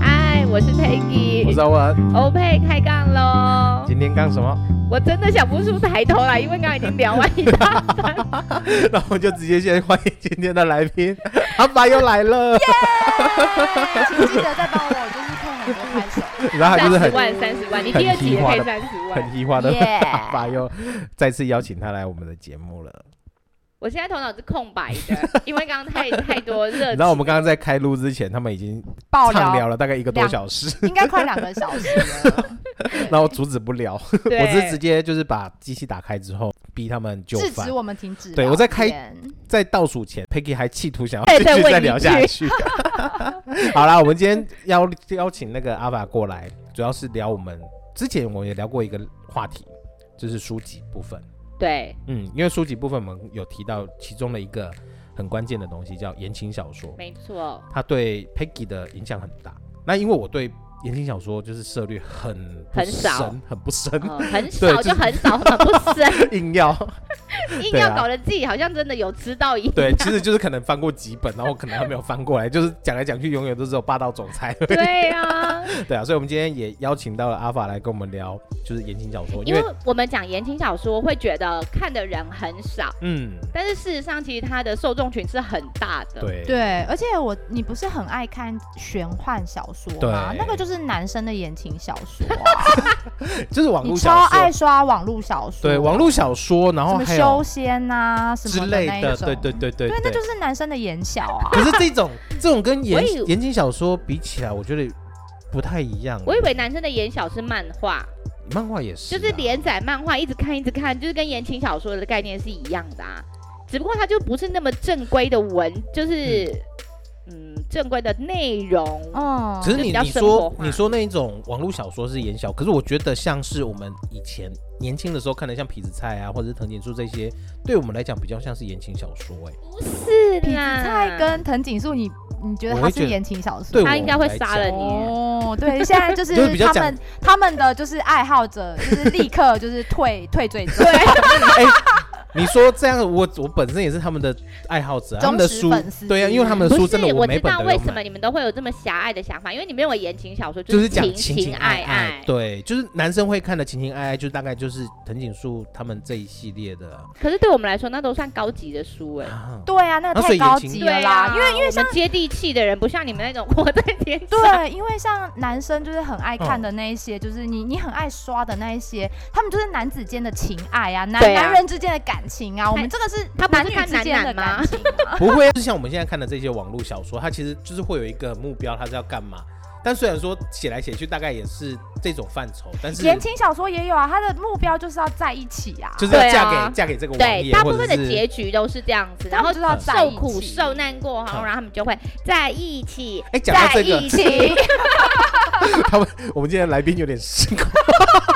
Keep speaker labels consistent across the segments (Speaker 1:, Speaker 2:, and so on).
Speaker 1: 嗨，我是
Speaker 2: 我
Speaker 1: Peggy，
Speaker 2: 是欧文，
Speaker 1: 欧佩开杠喽！
Speaker 2: 啊今天干什么？
Speaker 1: 我真的想不出抬头来，因为刚刚已经聊完一大段。
Speaker 2: 那我们就直接先欢迎今天的来宾， 阿爸又来了。
Speaker 3: 请记得再帮我，就是扣很多拍手。
Speaker 2: 然后他
Speaker 1: 三
Speaker 2: 就
Speaker 1: 十
Speaker 2: 是很
Speaker 1: 万，三十万，你第二集也可以三十
Speaker 2: 很
Speaker 1: 万。
Speaker 2: 嘻哈的
Speaker 3: Yeah
Speaker 2: 阿爸又再次邀请他来我们的节目了。
Speaker 1: 我现在头脑是空白的，因为刚刚太太多热
Speaker 2: 然后我们刚刚在开录之前，他们已经
Speaker 3: 爆
Speaker 2: 畅聊
Speaker 3: 聊
Speaker 2: 了大概一个多小时，
Speaker 3: 应该快两个小 时了，
Speaker 2: 然后阻止不了，
Speaker 1: 对
Speaker 2: 我是直接就是把机器打开之后，逼他们就
Speaker 3: 制
Speaker 2: 范
Speaker 3: 止。我们停止聊天。
Speaker 2: 对我在开在倒数前，Peggy 还企图想要
Speaker 1: 再
Speaker 2: 继
Speaker 1: 再
Speaker 2: 续
Speaker 1: 问
Speaker 2: 再
Speaker 1: 一
Speaker 2: 聊下 去。好啦，我们今天邀邀请那个阿法过来，主要是聊我们之前我们也聊过一个话题，就是书籍部分。
Speaker 1: 对
Speaker 2: 嗯，因为书籍部分我们有提到其中的一个很关键的东西，叫言情小说，
Speaker 1: 没错，
Speaker 2: 它对 Peggy 的影响很大。那因为我对言情小说就是涉略很不
Speaker 1: 很少
Speaker 2: 深，很不深，
Speaker 1: 呃，很
Speaker 2: 对
Speaker 1: 少
Speaker 2: 就是
Speaker 1: 就很少，很 不深，
Speaker 2: 硬要
Speaker 1: 硬
Speaker 2: 对啊
Speaker 1: 要搞得自己好像真的有知道一样。
Speaker 2: 对，其实就是可能翻过几本，然后可能还没有翻过来，就是讲来讲去，永远都只有霸道总裁。
Speaker 1: 对啊，
Speaker 2: 对啊，所以我们今天也邀请到了阿法来跟我们聊，就是言情小说，
Speaker 1: 因
Speaker 2: 因为
Speaker 1: 为我们讲言情小说会觉得看的人很少，
Speaker 2: 嗯，
Speaker 1: 但是事实上其实它的受众群是很大的。
Speaker 2: 对
Speaker 3: 对，而且我你不是很爱看玄幻小说吗
Speaker 2: 对？
Speaker 3: 那个就是男生的言情小说啊，
Speaker 2: 就是网
Speaker 3: 你
Speaker 2: 络
Speaker 3: 超
Speaker 2: 小
Speaker 3: 爱
Speaker 2: 说，
Speaker 3: 刷网络小说，
Speaker 2: 对网络小说，然
Speaker 3: 什
Speaker 2: 后
Speaker 3: 么
Speaker 2: 还
Speaker 3: 修
Speaker 2: 有
Speaker 3: 仙呐什
Speaker 2: 之
Speaker 3: 么
Speaker 2: 类
Speaker 3: 那
Speaker 2: 的，
Speaker 3: 一种
Speaker 2: 对对对对
Speaker 3: 对，那就是男生的言小啊。
Speaker 2: 可是这种这种跟言
Speaker 1: 我以为
Speaker 2: 言情小说比起来，我觉得不太一样。
Speaker 1: 我以为男生的言小是漫画，
Speaker 2: 漫画也是
Speaker 1: 就
Speaker 2: 啊，
Speaker 1: 是连载漫画一直看一直看，就是跟言情小说的概念是一样的啊，只不过它就不是那么正规的文，就是嗯正规的内容。
Speaker 3: 嗯，
Speaker 2: 只是
Speaker 1: 就
Speaker 2: 你
Speaker 1: 比较
Speaker 2: 你
Speaker 1: 生活
Speaker 2: 说
Speaker 1: 化
Speaker 2: 你说那一种网络小说是言小，可是我觉得像是我们以前年轻的时候看的，像痞子蔡啊，或者是藤井树这些，对我们来讲比较像是言情小说、欸。哎，
Speaker 1: 不是
Speaker 3: 痞子
Speaker 1: 啦，
Speaker 3: 蔡跟藤井树，你你觉得
Speaker 2: 我
Speaker 3: 他
Speaker 2: 会觉
Speaker 3: 是
Speaker 2: 得
Speaker 3: 言情小说？
Speaker 2: 对我
Speaker 1: 他应该会
Speaker 2: 来
Speaker 1: 杀
Speaker 2: 讲
Speaker 1: 了你。啊
Speaker 3: 哦，对，现在 就是
Speaker 2: 就是比较
Speaker 3: 他
Speaker 2: 讲
Speaker 3: 们他们的就是爱好者，就是立刻就是退退罪者，
Speaker 2: 你说这样，我我本身也是他们的爱好者啊，他们的
Speaker 3: 忠实
Speaker 2: 书
Speaker 3: 粉丝
Speaker 2: 对啊，因为他们的
Speaker 1: 不
Speaker 2: 书
Speaker 1: 是
Speaker 2: 真，的
Speaker 1: 我
Speaker 2: 每
Speaker 1: 知
Speaker 2: 本
Speaker 1: 道
Speaker 2: 都
Speaker 1: 为
Speaker 2: 有
Speaker 1: 什么
Speaker 2: 买，
Speaker 1: 你们都会有这么狭隘的想法，因为你们认为言情小说
Speaker 2: 就是
Speaker 1: 是
Speaker 2: 讲
Speaker 1: 情
Speaker 2: 情
Speaker 1: 情
Speaker 2: 爱
Speaker 1: 爱。
Speaker 2: 对，就是男生会看的情情爱爱，就大概就是藤井树他们这一系列的啊。
Speaker 1: 可是对我们来说，那都算高级的书哎、
Speaker 3: 对啊，那
Speaker 2: 那
Speaker 3: 个
Speaker 2: 所
Speaker 3: 太
Speaker 2: 以言
Speaker 3: 高
Speaker 2: 情
Speaker 3: 级
Speaker 1: 对
Speaker 3: 了啦
Speaker 1: 啊，，
Speaker 3: 因为
Speaker 1: 因为像接地气的人，不像你们那种活在天上。
Speaker 3: 对，因为像男生就是很爱看的那一些，就是你你很爱刷的那一些，他们就是男子间的情爱啊，男
Speaker 1: 对啊
Speaker 3: 男人之间的感情啊，我们这个是
Speaker 1: 他不是
Speaker 3: 男女
Speaker 1: 看
Speaker 3: 之间的
Speaker 1: 男男吗
Speaker 3: 感情 啊，
Speaker 2: 不会啊，就像我们现在看的这些网络小说，它其实就是会有一个目标，它是要干嘛。但虽然说写来写去大概也是这种范畴，但是
Speaker 3: 言情小说也有啊，他的目标就是要在一起啊，
Speaker 2: 就是要
Speaker 1: 对啊
Speaker 2: 嫁给、嫁给这个王
Speaker 1: 对，
Speaker 2: 爷，
Speaker 1: 大
Speaker 2: 或
Speaker 1: 部
Speaker 2: 者
Speaker 1: 分的结
Speaker 2: 是
Speaker 1: 局都是这样子，然
Speaker 3: 他
Speaker 1: 后
Speaker 3: 们就是要在
Speaker 1: 受
Speaker 3: 一
Speaker 1: 苦
Speaker 3: 起
Speaker 1: 受难过后，
Speaker 2: 嗯
Speaker 1: 然后他们就会在一起，
Speaker 2: 哎，讲到这
Speaker 1: 在
Speaker 2: 个
Speaker 1: 一，
Speaker 3: 情
Speaker 1: 起，
Speaker 2: 他们我们今天来宾有点辛苦，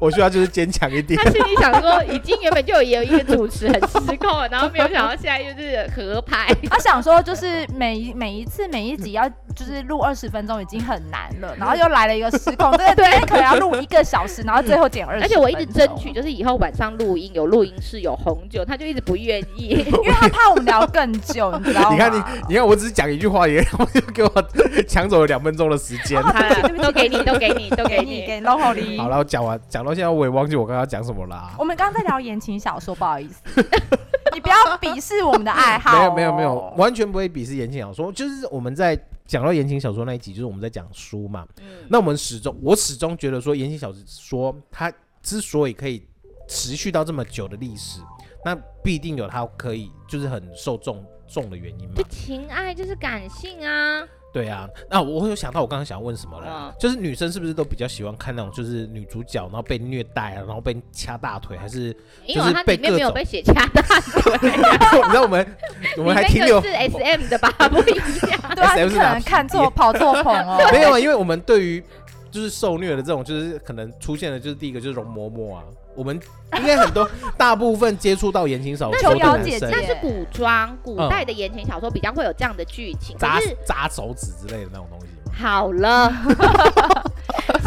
Speaker 2: 我需要就是坚强 一点
Speaker 1: 他。心里想说，已经原本就有一个主持很失控了，然后没有想到现在就是合 拍，
Speaker 3: 他想说，就是每一每一次每一集要就是录二十分钟已经很难 了，然后又来了一个失控，这个今天可能要录一个小时，然后最后减二十。
Speaker 1: 而且我一直争取，，就是以后晚上录音有录音室有红酒，他就一直不愿意。
Speaker 3: 因为他怕我们聊更久，你知道吗？
Speaker 2: 你看你，你看我只是讲一句话，也 我就给我抢走了两分钟的时间。
Speaker 1: 好 啦都给你，都给你，都给
Speaker 3: 给你
Speaker 1: 你。
Speaker 3: 给 logo 哦你
Speaker 2: 好。了，我讲完讲到现在，我也忘记我刚刚讲什么啊啦。
Speaker 3: 我们刚刚在聊言情小说，不好意思，你不要鄙视我们的爱哦好、
Speaker 2: 没 有没有没有，，完全不会鄙视言情小说。就是我们在讲到言情小说那一集，就是我们在讲书嘛。
Speaker 1: 嗯
Speaker 2: 那我们始终，我始终觉得说，言情小说它之所以可以持续到这么久的历史，那必定有它可以就是很受众重的原因嘛
Speaker 1: 就。情爱就是感性啊，
Speaker 2: 对啊，那我会有想到我刚刚想要问什么了
Speaker 1: 嗯，
Speaker 2: 就是女生是不是都比较喜欢看那种就是女主角然后被虐待啊，然后被掐大腿，还是
Speaker 1: 因为它
Speaker 2: 被
Speaker 1: 里面
Speaker 2: 各
Speaker 1: 没有
Speaker 2: 种
Speaker 1: 被写掐大腿，
Speaker 2: 你知道我们 我们还
Speaker 1: 你
Speaker 2: 停
Speaker 1: 那
Speaker 2: 留
Speaker 1: 个是 S M 的吧？不一样。
Speaker 3: 对啊，
Speaker 2: SM
Speaker 3: 你
Speaker 2: 是
Speaker 3: 可
Speaker 2: 哪
Speaker 3: 能看 错跑错 棚哦。
Speaker 2: 没有啊，因为我们对于就是受虐的这种，就是可能出现的，就是第一个就是容嬷嬷啊。我们应该很多大部分接触到言情小说的
Speaker 3: 琼瑶
Speaker 2: 男
Speaker 3: 姐
Speaker 2: 生
Speaker 3: 姐，
Speaker 1: 那是古装，古
Speaker 2: 嗯
Speaker 1: 代的言情小说比较会有这样的剧情。可
Speaker 2: 扎
Speaker 1: 是
Speaker 2: 扎手指之类的那种东西吗？
Speaker 1: 好了，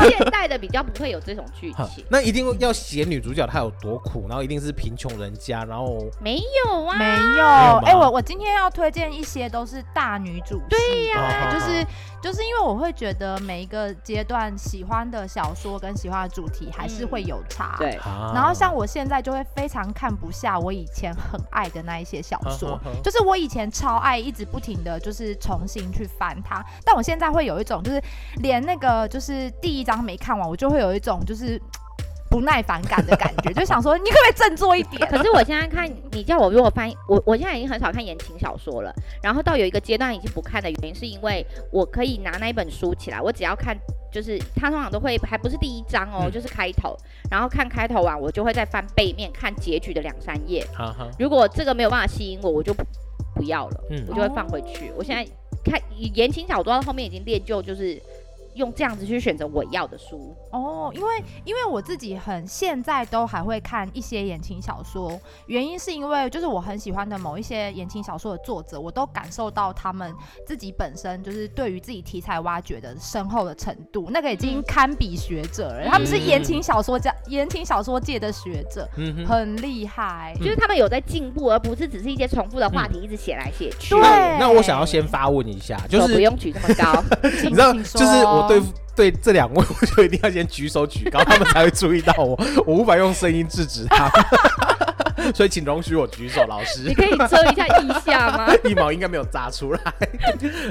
Speaker 1: 现代的比较不会有这种剧
Speaker 2: 哈
Speaker 1: 情，
Speaker 2: 那一定要写女主角她有多苦，然后一定是贫穷人家，然后
Speaker 1: 没有啊，
Speaker 3: 没有，
Speaker 2: 吗
Speaker 3: 哎、我我今天要推荐一些都是大女主戏，对
Speaker 2: 呀好好好
Speaker 3: 就是就是因为我会觉得每一个阶段喜欢的小说跟喜欢的主题还
Speaker 2: 嗯
Speaker 3: 是会有差，。
Speaker 1: 对，
Speaker 2: 啊
Speaker 3: 然后像我现在就会非常看不下我以前很爱的那一些小说
Speaker 2: 呵呵呵，
Speaker 3: 就是我以前超爱，一直不停的就是重新去翻它。但我现在会有一种，就是连那个就是第一章没看完，我就会有一种就是嘖不耐烦感的感觉，就想说你可不可以振作一点？
Speaker 1: 可是我现在看，你叫我如果翻，我我现在已经很少看言情小说了。然后到有一个阶段已经不看的原因，是因为我可以拿那一本书起来，我只要看，就是它通常都会还不是第一章哦，
Speaker 2: 嗯
Speaker 1: 就是开头，然后看开头完，我就会再翻背面看结局的两三页。
Speaker 2: 哈哈，
Speaker 1: 如果这个没有办法吸引我，我就不不要了，
Speaker 2: 嗯
Speaker 1: 我就会放回去。我现在看言情小说到后面已经练就就是。用这样子去选择我要的书，
Speaker 3: 哦，因为因为我自己很现在都还会看一些言情小说，原因是因为就是我很喜欢的某一些言情小说的作者，我都感受到他们自己本身就是对于自己题材挖掘的深厚的程度，那个已经
Speaker 1: 嗯
Speaker 3: 堪比学者了。他们是言情小说家、言情小说界的学者，
Speaker 2: 嗯哼，
Speaker 3: 很厉害。
Speaker 2: 嗯
Speaker 1: 就是他们有在进步，而不是只是一些重复的话题一直写来写去。
Speaker 3: 对
Speaker 2: 那那我想要先发问一下，就
Speaker 1: 手不
Speaker 2: 是
Speaker 1: 用举这么 高，
Speaker 2: 嗯你知道，
Speaker 3: 请
Speaker 2: 就
Speaker 3: 说
Speaker 2: 是我对对这两位，我就一定要先举手举高，他们才会注意到我，我无法用声音制止他们， 所以请容许我举手，老师
Speaker 1: 你。可以遮一下腋下吗？
Speaker 2: 一毛应该没有扎出来，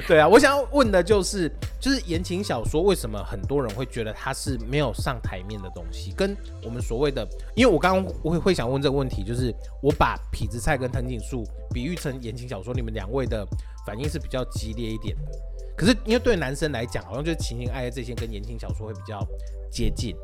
Speaker 2: 对啊，我想要问的就是，就是言情小说为什么很多人会觉得它是没有上台面的东西，跟我们所谓的，因为我刚刚会会想问这个问题，就是我把痞子蔡跟藤井树比喻成言情小说，你们两位的反应是比较激烈一点的。可是因为对男生来讲，好像就是情情爱爱这些跟言情小说会比较接近，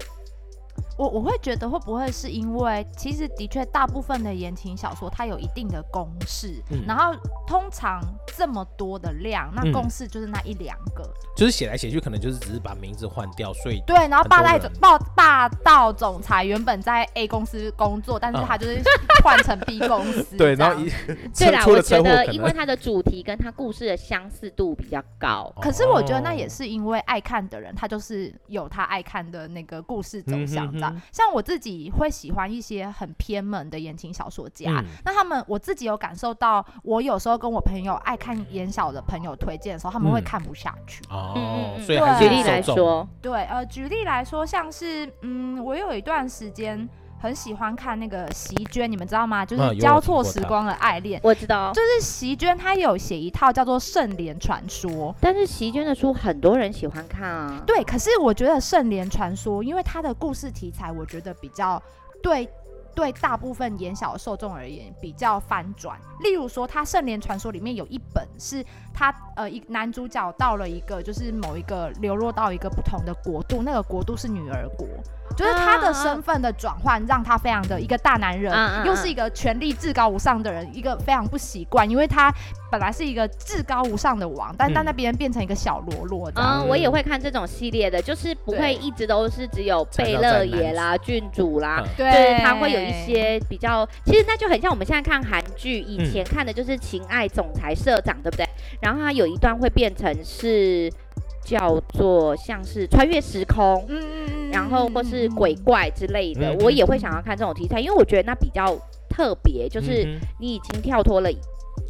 Speaker 3: 我我会觉得会不会是因为，其实的确大部分的言情小说它有一定的公式，
Speaker 2: 嗯
Speaker 3: 然后通常这么多的量，那
Speaker 2: 嗯
Speaker 3: 公式就是那一两个，
Speaker 2: 就是写来写去可能就是只是把名字换掉，所以
Speaker 3: 对。然后霸
Speaker 2: 很多
Speaker 3: 道
Speaker 2: 人
Speaker 3: 霸霸道总裁原本在 A 公司工作，但是
Speaker 2: 嗯
Speaker 3: 他就是换成 B 公 司，
Speaker 2: 对，然后一
Speaker 1: 对啦，
Speaker 2: 出
Speaker 1: 我
Speaker 2: 了
Speaker 1: 觉
Speaker 2: 车祸
Speaker 1: 得
Speaker 2: 可
Speaker 1: 因
Speaker 2: 能
Speaker 1: 为它的主题跟它故事的相似度比较高。
Speaker 3: 可是我觉得那也
Speaker 2: 哦
Speaker 3: 是因为爱看的人，他就是有他爱看的那个故事走向
Speaker 2: 嗯哼
Speaker 3: 的。
Speaker 2: 哼
Speaker 3: 像我自己会喜欢一些很偏门的言情小说家，
Speaker 2: 嗯
Speaker 3: 那他们我自己有感受到，我有时候跟我朋友爱看言小的朋友推荐的时候，他们会
Speaker 2: 嗯
Speaker 3: 看不下去。
Speaker 2: 哦
Speaker 1: 嗯嗯，嗯
Speaker 2: 所以还是
Speaker 1: 举
Speaker 3: 对
Speaker 1: 例来
Speaker 2: 受众
Speaker 1: 说，
Speaker 3: 对，呃，举例来说，像是嗯，我有一段时间很喜欢看那个席娟，你们知道吗？就
Speaker 2: 嗯有我
Speaker 3: 是交
Speaker 2: 听过
Speaker 3: 错时
Speaker 2: 她
Speaker 3: 光的爱恋。
Speaker 1: 我知道，
Speaker 3: 就是席娟，她有写一套叫做《圣莲传说》，
Speaker 1: 但是席娟的书很多人喜欢看啊。
Speaker 3: 对，可是我觉得《圣莲传说》，因为它的故事题材，我觉得比较对对大部分眼小受众而言比较翻转。例如说，它《圣莲传说》里面有一本是他呃一男主角到了一个就是某一个流落到一个不同的国度，那个国度是女儿国。就是他的
Speaker 1: 啊
Speaker 3: 身份的转换，让他非常的一个大男人，
Speaker 1: 啊啊啊
Speaker 3: 又是一个权力至高无上的人，一个非常不习惯，因为他本来是一个至高无上的王，但
Speaker 2: 嗯
Speaker 3: 但那边变成一个小喽啰这样。
Speaker 1: 嗯，我也会看这种系列的，就是不
Speaker 3: 对
Speaker 1: 会一直都是只有
Speaker 2: 缠
Speaker 1: 贝
Speaker 2: 绕
Speaker 1: 勒
Speaker 2: 在
Speaker 1: 爷
Speaker 2: 男
Speaker 1: 啦、郡主啦，
Speaker 2: 嗯
Speaker 1: 就是它会有一些比较，其实那就很像我们现在看韩剧，
Speaker 2: 嗯
Speaker 1: 以前看的就是《情爱总裁社长》，对不对？然后它有一段会变成是叫做像是穿越时空，
Speaker 3: 嗯嗯嗯，
Speaker 1: 然后或是鬼怪之类的，
Speaker 2: 嗯
Speaker 1: 我也会想要看这种题材，因为我觉得那比较特别，就是
Speaker 2: 嗯
Speaker 1: 你已经跳脱了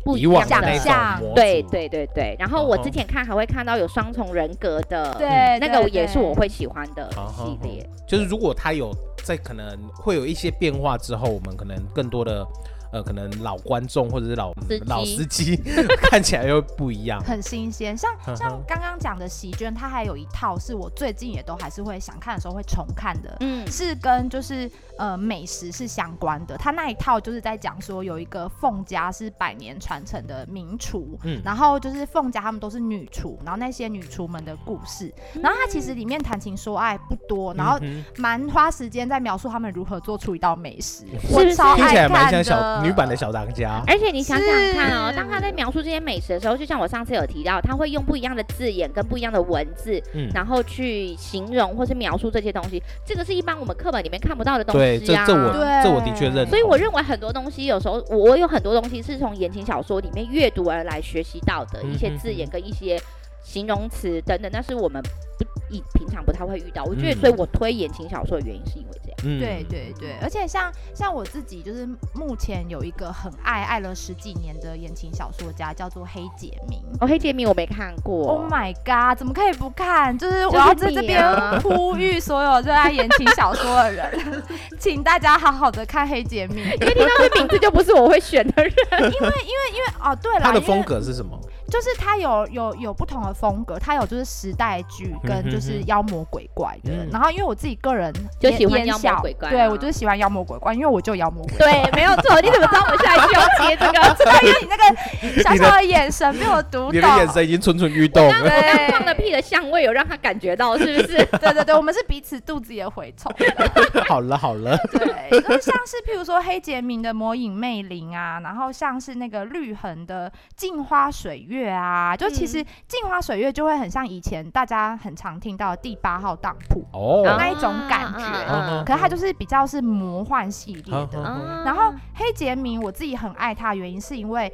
Speaker 1: 不一
Speaker 2: 以往
Speaker 1: 样
Speaker 2: 的那
Speaker 3: 想
Speaker 1: 的。
Speaker 2: 种
Speaker 3: 象
Speaker 2: 模组
Speaker 1: 对对对对，然后我
Speaker 2: 哦
Speaker 1: 之前看还会看到有双重人格的，
Speaker 3: 对、
Speaker 2: 嗯
Speaker 1: 那
Speaker 3: 对
Speaker 1: 个也是我。
Speaker 3: 对
Speaker 1: 会喜欢的
Speaker 2: 好好
Speaker 1: 系
Speaker 2: 好
Speaker 1: 列。
Speaker 2: 就是如果他有在可能会有一些变化之后，我们可能更多的呃，可能老观众或者是老
Speaker 1: 司机
Speaker 2: 老司机 看起来又不一样。
Speaker 3: 很新鲜，像
Speaker 2: 呵呵
Speaker 3: 像刚刚讲的席娟，它还有一套是我最近也都还是会想看的时候会重看的，
Speaker 1: 嗯，
Speaker 3: 是跟就是呃美食是相关的。它那一套就是在讲说有一个凤家是百年传承的名厨，
Speaker 2: 嗯
Speaker 3: 然后就是凤家他们都是女厨，然后那些女厨们的故事，
Speaker 1: 嗯
Speaker 3: 然后它其实里面谈情说爱不多，然后
Speaker 2: 嗯
Speaker 3: 蛮花时间在描述他们如何做出一道美食，
Speaker 1: 是
Speaker 3: 我
Speaker 1: 不是
Speaker 3: 超
Speaker 2: 哼听起
Speaker 3: 爱
Speaker 2: 来蛮
Speaker 3: 看
Speaker 2: 像
Speaker 3: 的。
Speaker 2: 小女版的小当家。
Speaker 1: 而且你想想看哦，
Speaker 3: 是
Speaker 1: 当他在描述这些美食的时候，就像我上次有提到，他会用不一样的字眼跟不一样的文字，
Speaker 2: 嗯
Speaker 1: 然后去形容或是描述这些东西。这个是一般我们课本里面看不到的东西、
Speaker 2: 对，
Speaker 1: 啊、
Speaker 2: 这这我
Speaker 3: 对
Speaker 2: 这我的确认同。
Speaker 1: 所以我认为很多东西，有时候我我有很多东西是从言情小说里面阅读而来学习到的
Speaker 2: 嗯
Speaker 1: 一些字眼跟一些形容词等等，那是我们不以平常不太会遇到。我觉得，
Speaker 2: 嗯
Speaker 1: 所以我推言情小说的原因是因为这样。
Speaker 2: 嗯
Speaker 3: 对对对，而且像像我自己，就是目前有一个很爱爱了十几年的言情小说家，叫做黑姐明。
Speaker 1: 哦，黑杰明我没看过。
Speaker 3: Oh my god！怎么可以不看？就是我
Speaker 1: 就是
Speaker 3: 要在
Speaker 1: 你
Speaker 3: 这边
Speaker 1: 啊
Speaker 3: 呼吁所有热爱言情小说的人， 请大家好好的看《黑姐明》，因为
Speaker 1: 因为听到这名字就不是我会选的 人。
Speaker 3: 因为哦，对了，
Speaker 2: 他的
Speaker 3: 因为
Speaker 2: 风格是什么？
Speaker 3: 就是它有有有不同的风格，它有就是时代剧
Speaker 2: 嗯哼
Speaker 3: 跟就是
Speaker 2: 哼
Speaker 3: 妖魔鬼怪的。
Speaker 2: 嗯
Speaker 3: 然后因为我自己个人
Speaker 1: 就
Speaker 3: 也
Speaker 1: 喜欢
Speaker 3: 也
Speaker 1: 妖魔
Speaker 3: 小
Speaker 1: 鬼怪
Speaker 3: 对
Speaker 1: 啊
Speaker 3: 我就是喜欢妖魔鬼怪，因为我就妖魔鬼 怪。
Speaker 1: 对，没有错。你怎么知道我现在就要接这 个？
Speaker 3: 对，因为你那个小小的眼神被我读
Speaker 2: 你
Speaker 3: 懂
Speaker 2: 的。眼神已经蠢蠢欲动
Speaker 1: 刚
Speaker 2: 了。
Speaker 1: 刚刚放的屁的香味有让他感觉到，是不是？
Speaker 3: 对对对，我们是彼此肚子里的蛔虫。
Speaker 2: 好了好了，
Speaker 3: 对，就是像是譬如说黑杰明的《魔影魅灵》啊，然后像是那个绿痕的《镜花水月》啊，就其
Speaker 1: 嗯
Speaker 3: 实《镜花水月》就会很像以前大家很常听到的第八号当铺，
Speaker 2: 哦，
Speaker 3: 那一种感觉
Speaker 1: 啊
Speaker 3: 可是它就是比较是魔幻系列
Speaker 2: 嗯
Speaker 3: 的。
Speaker 1: 啊
Speaker 3: 然后黑杰明我自己很爱他，原因是因为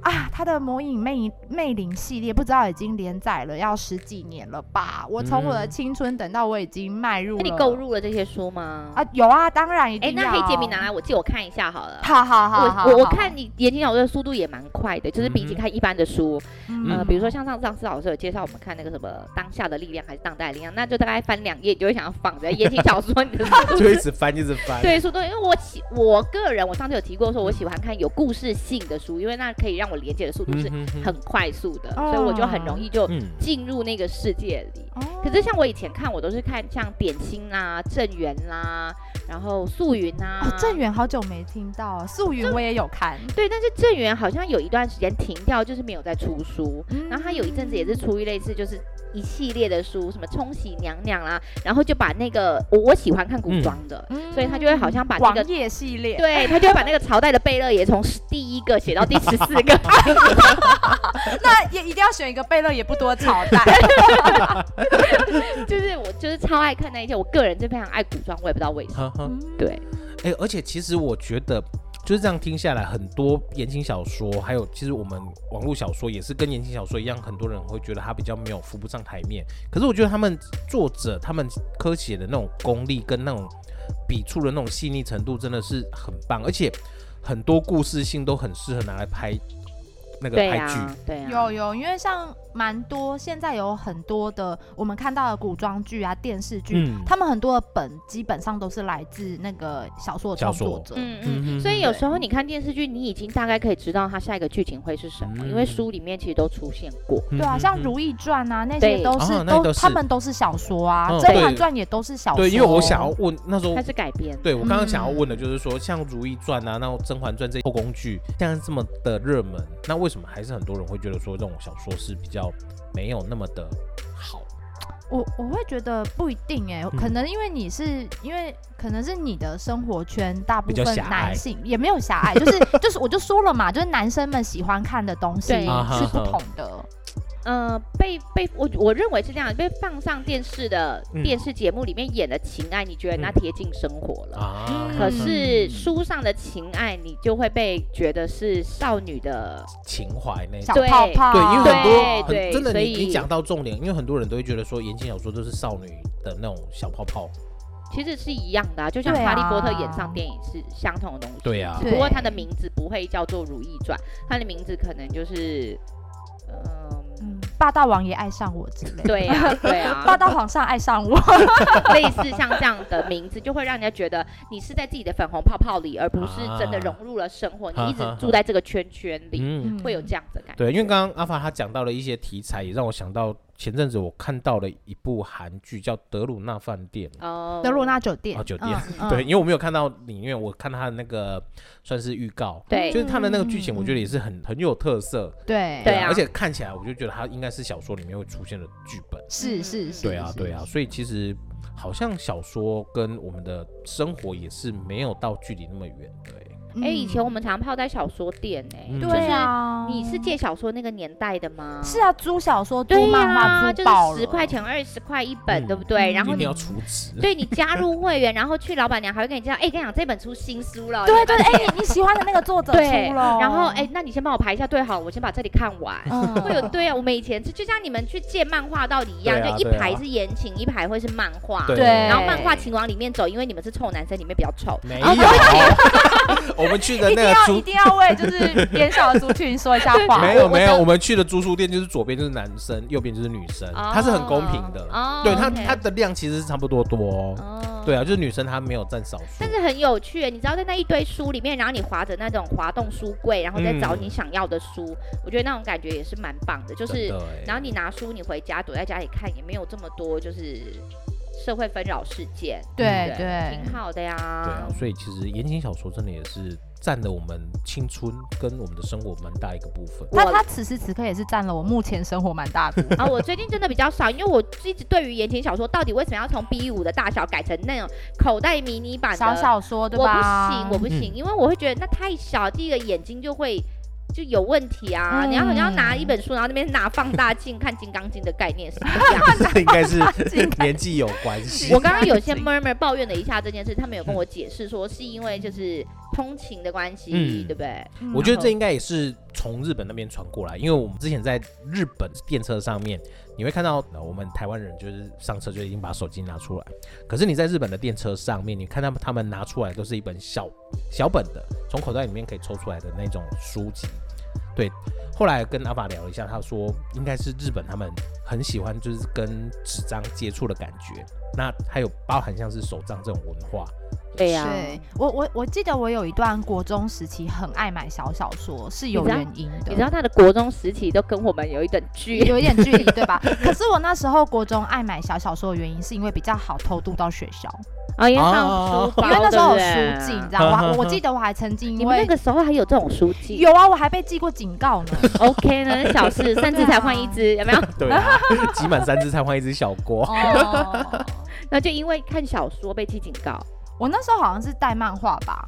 Speaker 3: 啊，他的《魔影魅魅灵》系列不知道已经连载了要十几年了吧？我从我的
Speaker 2: 嗯
Speaker 3: 青春等到我已经迈入
Speaker 1: 那
Speaker 3: 了，
Speaker 1: 你购入了这些书吗？
Speaker 3: 啊？有啊，当然一
Speaker 1: 哎、
Speaker 3: 定要。
Speaker 1: 那黑杰明拿来我借我看一下好了。
Speaker 3: 好好好好
Speaker 1: 我我我
Speaker 3: 好
Speaker 1: 看你言情小说的速度也蛮快的，就是比起
Speaker 2: 嗯哼
Speaker 1: 看一般的书，
Speaker 3: 嗯
Speaker 1: 呃，比如说像上上次老师有介绍我们看那个什么《当下的力量》还是《当代的力量》，那就大概翻两页，你就会想要仿着言情小说你的速度
Speaker 2: 就一
Speaker 1: 是。
Speaker 2: 直翻一直翻。
Speaker 1: 对，速度，因为我喜我个人，我上次有提过说，我喜欢看有故事性的书，因为那可以让我连接的速度
Speaker 2: 嗯
Speaker 1: 是
Speaker 2: 哼哼，
Speaker 1: 很快速的，
Speaker 3: 哦
Speaker 1: 所以我就很容易就
Speaker 2: 嗯
Speaker 1: 进入那个世界里。
Speaker 3: 哦
Speaker 1: 可是像我以前看，我都是看像点心啦、郑源啦，然后素云啊。
Speaker 3: 哦，郑源好久没听到了，素云我也有看，
Speaker 1: 对，但是郑源好像有一段时间停掉，就是没有再出书。然后他有一阵子也是出一类似就是一系列的书，什么冲洗娘娘啦，然后就把那个我我喜欢看古
Speaker 2: 嗯
Speaker 1: 装的，
Speaker 3: 嗯，
Speaker 1: 所以他就会好像把那
Speaker 3: 王
Speaker 1: 个
Speaker 3: 爷系列，
Speaker 1: 对他就会把那个朝代的贝勒爷从十第一个写到第十四 个，
Speaker 3: 那也一定要选一个贝勒也不多朝代，
Speaker 1: 就是我就是超爱看那一些，我个人就非常爱古装，我也不知道为什么。
Speaker 2: 哼哼
Speaker 3: 嗯
Speaker 1: 对，
Speaker 2: 哎、而且其实我觉得，就是这样听下来，很多言情小说，还有其实我们网络小说也是跟言情小说一样，很多人会觉得它比较没有浮不上台面。可是我觉得他们作者他们科写的那种功力跟那种笔触的那种细腻程度真的是很棒，而且很多故事性都很适合拿来拍那个
Speaker 1: 对
Speaker 2: 拍剧。
Speaker 1: 啊，对啊，
Speaker 3: 有有，因为像蛮多现在有很多的我们看到的古装剧啊、电视剧，
Speaker 2: 嗯
Speaker 3: 他们很多的本基本上都是来自那个小说的
Speaker 2: 小
Speaker 3: 创
Speaker 2: 说
Speaker 3: 作者，
Speaker 1: 嗯嗯。
Speaker 2: 嗯
Speaker 1: 所以有时候你看电视剧，你已经大概可以知道它下一个剧情会是什么，因为
Speaker 2: 嗯
Speaker 1: 书里面其实都出现过。
Speaker 2: 对
Speaker 3: 对啊，像《如懿传》啊，那
Speaker 1: 对
Speaker 3: 些都
Speaker 2: 哦
Speaker 3: 是
Speaker 2: 嗯那都
Speaker 3: 都
Speaker 2: 是
Speaker 3: 他们都是小说啊，
Speaker 2: 嗯
Speaker 3: 《甄嬛
Speaker 2: 对
Speaker 3: 传》也都是小说。
Speaker 2: 对，因为我想要问那时候
Speaker 1: 它是改编，
Speaker 2: 对我刚刚想要
Speaker 3: 嗯
Speaker 2: 问的就是说，像《如懿传》啊，那《甄嬛传》这些后宫剧，现在这么的热门，那为什么还是很多人会觉得说这种小说是比较没有那么的好？
Speaker 3: 我我会觉得不一定哎、
Speaker 2: 嗯
Speaker 3: 可能因为你是因为可能是你的生活圈大部
Speaker 2: 比较
Speaker 3: 分
Speaker 2: 狭隘
Speaker 3: 男性也没有狭隘，就是 就是我就说了嘛，就是男生们喜欢看的东西
Speaker 1: 对啊
Speaker 2: 哈
Speaker 3: 是不
Speaker 2: 哈
Speaker 3: 同的。
Speaker 1: 呃，被被我我认为是这样，被放上电视的
Speaker 2: 嗯
Speaker 1: 电视节目里面演的情爱，你觉得那
Speaker 2: 嗯
Speaker 1: 贴近生活了。
Speaker 2: 啊
Speaker 3: 嗯
Speaker 1: 可是书上的情爱，你就会被觉得是少女的，
Speaker 2: 情怀那一
Speaker 3: 小
Speaker 2: 种。
Speaker 1: 对
Speaker 3: 泡泡，啊
Speaker 2: 对，因为
Speaker 1: 对
Speaker 2: 很
Speaker 1: 对
Speaker 2: 多很真的
Speaker 1: 所
Speaker 2: 你，
Speaker 1: 以
Speaker 2: 你讲到重点，因为很多人都会觉得说言情小说都是少女的那种小泡泡。
Speaker 1: 其实是一样的、啊，就像《
Speaker 3: 对
Speaker 1: 哈
Speaker 3: 啊
Speaker 1: 利波特》演上电影是相同的东西。
Speaker 2: 对啊
Speaker 1: 只不过
Speaker 3: 对
Speaker 1: 它的名字不会叫做《如懿传》，它的名字可能就是，嗯，
Speaker 3: 嗯霸道王爷爱上我之类的，
Speaker 1: 对啊，对
Speaker 3: 霸
Speaker 1: 啊，
Speaker 3: 道皇上爱上我，
Speaker 1: 类似像这样的名字，就会让人家觉得你是在自己的粉红泡泡里，而不是
Speaker 3: 啊
Speaker 1: 真的融入了生活，你一直住在这个圈圈里。
Speaker 2: 嗯，
Speaker 1: 会有这样子的感觉。
Speaker 2: 对，因为刚刚阿法他讲到了一些题材，也让我想到前阵子我看到了一部韩剧叫《德鲁纳饭店》。
Speaker 1: 哦
Speaker 3: 德鲁纳酒店，
Speaker 2: 哦酒店
Speaker 3: 嗯
Speaker 2: 对，
Speaker 3: 嗯
Speaker 2: 因为我没有看到里面，我看他的那个算是预告，
Speaker 1: 对
Speaker 2: 就是他的那个剧情，
Speaker 3: 嗯
Speaker 2: 我觉得也是很很有特色，
Speaker 3: 对
Speaker 1: 对啊
Speaker 2: 而且看起来我就觉得他应该是小说里面会出现的剧本，
Speaker 3: 是是是，
Speaker 2: 对啊，
Speaker 3: 是
Speaker 2: 对啊，，所以其实好像小说跟我们的生活也是没有到距离那么远，对，
Speaker 1: 哎、以前我
Speaker 3: 嗯
Speaker 1: 们常泡在小说店哎、
Speaker 2: 嗯
Speaker 1: 就是
Speaker 3: 对啊，
Speaker 1: 你是借小说那个年代的吗？
Speaker 3: 是啊，租小说、租
Speaker 1: 对
Speaker 3: 漫
Speaker 1: 呀、
Speaker 3: 画、
Speaker 1: 就
Speaker 3: 租爆了，
Speaker 1: 是十块钱、二十块一本，
Speaker 2: 嗯
Speaker 1: 对不对？然后
Speaker 2: 一定
Speaker 1: 你
Speaker 2: 要储值。
Speaker 1: 对你加入会员，然后去老板娘还会跟你讲，哎、跟你讲这本出新书了，
Speaker 3: 对对，哎、你你喜欢的那个作者
Speaker 1: 对，
Speaker 3: 出了，
Speaker 1: 然后哎、那你先帮我排一下队好，我先把这里看完。
Speaker 3: 嗯，
Speaker 1: 会有对啊，我们以前就就像你们去借漫画道理一样，
Speaker 2: 对啊
Speaker 1: 就一
Speaker 2: 对啊
Speaker 1: 排是言情，一排会是漫画。
Speaker 2: 对
Speaker 1: 然后漫画情往里面走，因为你们是臭男生，里面比较臭。
Speaker 2: 没有
Speaker 1: 然后就，
Speaker 2: 我们去的
Speaker 3: 一
Speaker 2: 那
Speaker 3: 定
Speaker 2: 个
Speaker 3: 要一
Speaker 2: 租
Speaker 3: 定要为就是年少的族群说一下话，
Speaker 2: 没有没有，
Speaker 1: 我
Speaker 2: 我们去的租书店就是左边就是男生，右边就是女生，
Speaker 1: 哦
Speaker 2: 它是很公平的。
Speaker 1: 哦
Speaker 2: 对它
Speaker 1: OK
Speaker 2: 它的量其实是差不多多。
Speaker 1: 哦
Speaker 2: 对啊，就是女生她没有占少数。
Speaker 1: 但是很有趣耶，你知道在那一堆书里面，然后你划着那种滑动书柜，然后再找
Speaker 2: 嗯
Speaker 1: 你想要的书，我觉得那种感觉也是蛮棒的。就是，
Speaker 2: 真的欸
Speaker 1: 然后你拿书，你回家躲在家里看，也没有这么多就是社会纷扰事件，
Speaker 3: 对
Speaker 1: 对
Speaker 3: 对，
Speaker 1: 挺好的呀。
Speaker 2: 对啊，
Speaker 1: 嗯
Speaker 2: 所以其实言情小说真的也是占了我们青春跟我们的生活蛮大一个部分。
Speaker 3: 那他此时此刻也是占了我目前生活蛮大的 部分，
Speaker 1: 啊，我最近真的比较少，因为我一直对于言情小说到底为什么要从 B 五的大小改成那种口袋迷你版的，
Speaker 3: 小小说对
Speaker 1: 我不
Speaker 3: 吧？
Speaker 1: 行，我不行，
Speaker 2: 嗯
Speaker 1: 因为我会觉得那太小，第一个眼睛就会。就有问题啊！你要
Speaker 3: 嗯
Speaker 1: 好像拿一本书，然后那边拿放大镜看《金刚经》的概念是 一样的。
Speaker 2: 这应 该是
Speaker 3: 应该
Speaker 2: 年纪有关系。
Speaker 1: 我刚刚有些 murmur 抱怨了一下这件事，他们有跟我解释说是因为就是通勤的关系，
Speaker 2: 嗯
Speaker 1: 对不对？
Speaker 3: 嗯
Speaker 2: 我觉得这应该也是从日本那边传过来，因为我们之前在日本电车上面，你会看到呃我们台湾人就是上车就已经把手机拿出来，可是你在日本的电车上面，你看他们他们拿出来都是一本小小本的，从口袋里面可以抽出来的那种书籍。对，后来跟阿爸聊了一下，他说应该是日本他们很喜欢就是跟纸张接触的感觉，那还有包含像是手账这种文化，
Speaker 1: 对呀、
Speaker 3: 对我我我记得我有一段国中时期很爱买小小说，是有
Speaker 1: 你知道
Speaker 3: 原因的。
Speaker 1: 你知道他的国中时期都跟我们有一等距离，
Speaker 3: 有一点距离， 对吧？可是我那时候国中爱买小小说的原因，是因为比较好偷渡到学校，
Speaker 1: 啊，因为放
Speaker 2: 哦
Speaker 1: 书包，
Speaker 3: 因为那时候有
Speaker 1: 对不
Speaker 3: 书
Speaker 1: 对
Speaker 3: 记，你知道
Speaker 2: 呵
Speaker 3: 吗？
Speaker 2: 呵
Speaker 3: 我
Speaker 2: 呵
Speaker 3: 我记得我还曾经
Speaker 1: 你
Speaker 3: 因
Speaker 1: 们那
Speaker 3: 为
Speaker 1: 个时候还有这种书记？
Speaker 3: 有啊，我还被记过警告 呢。
Speaker 1: OK 呢，小 事三次才换一只，有没有？
Speaker 2: 对 啊，集满三只才换一只小锅。
Speaker 3: 哦，
Speaker 1: 那就因为看小说被记警告。
Speaker 3: 我那时候好像是带漫画吧。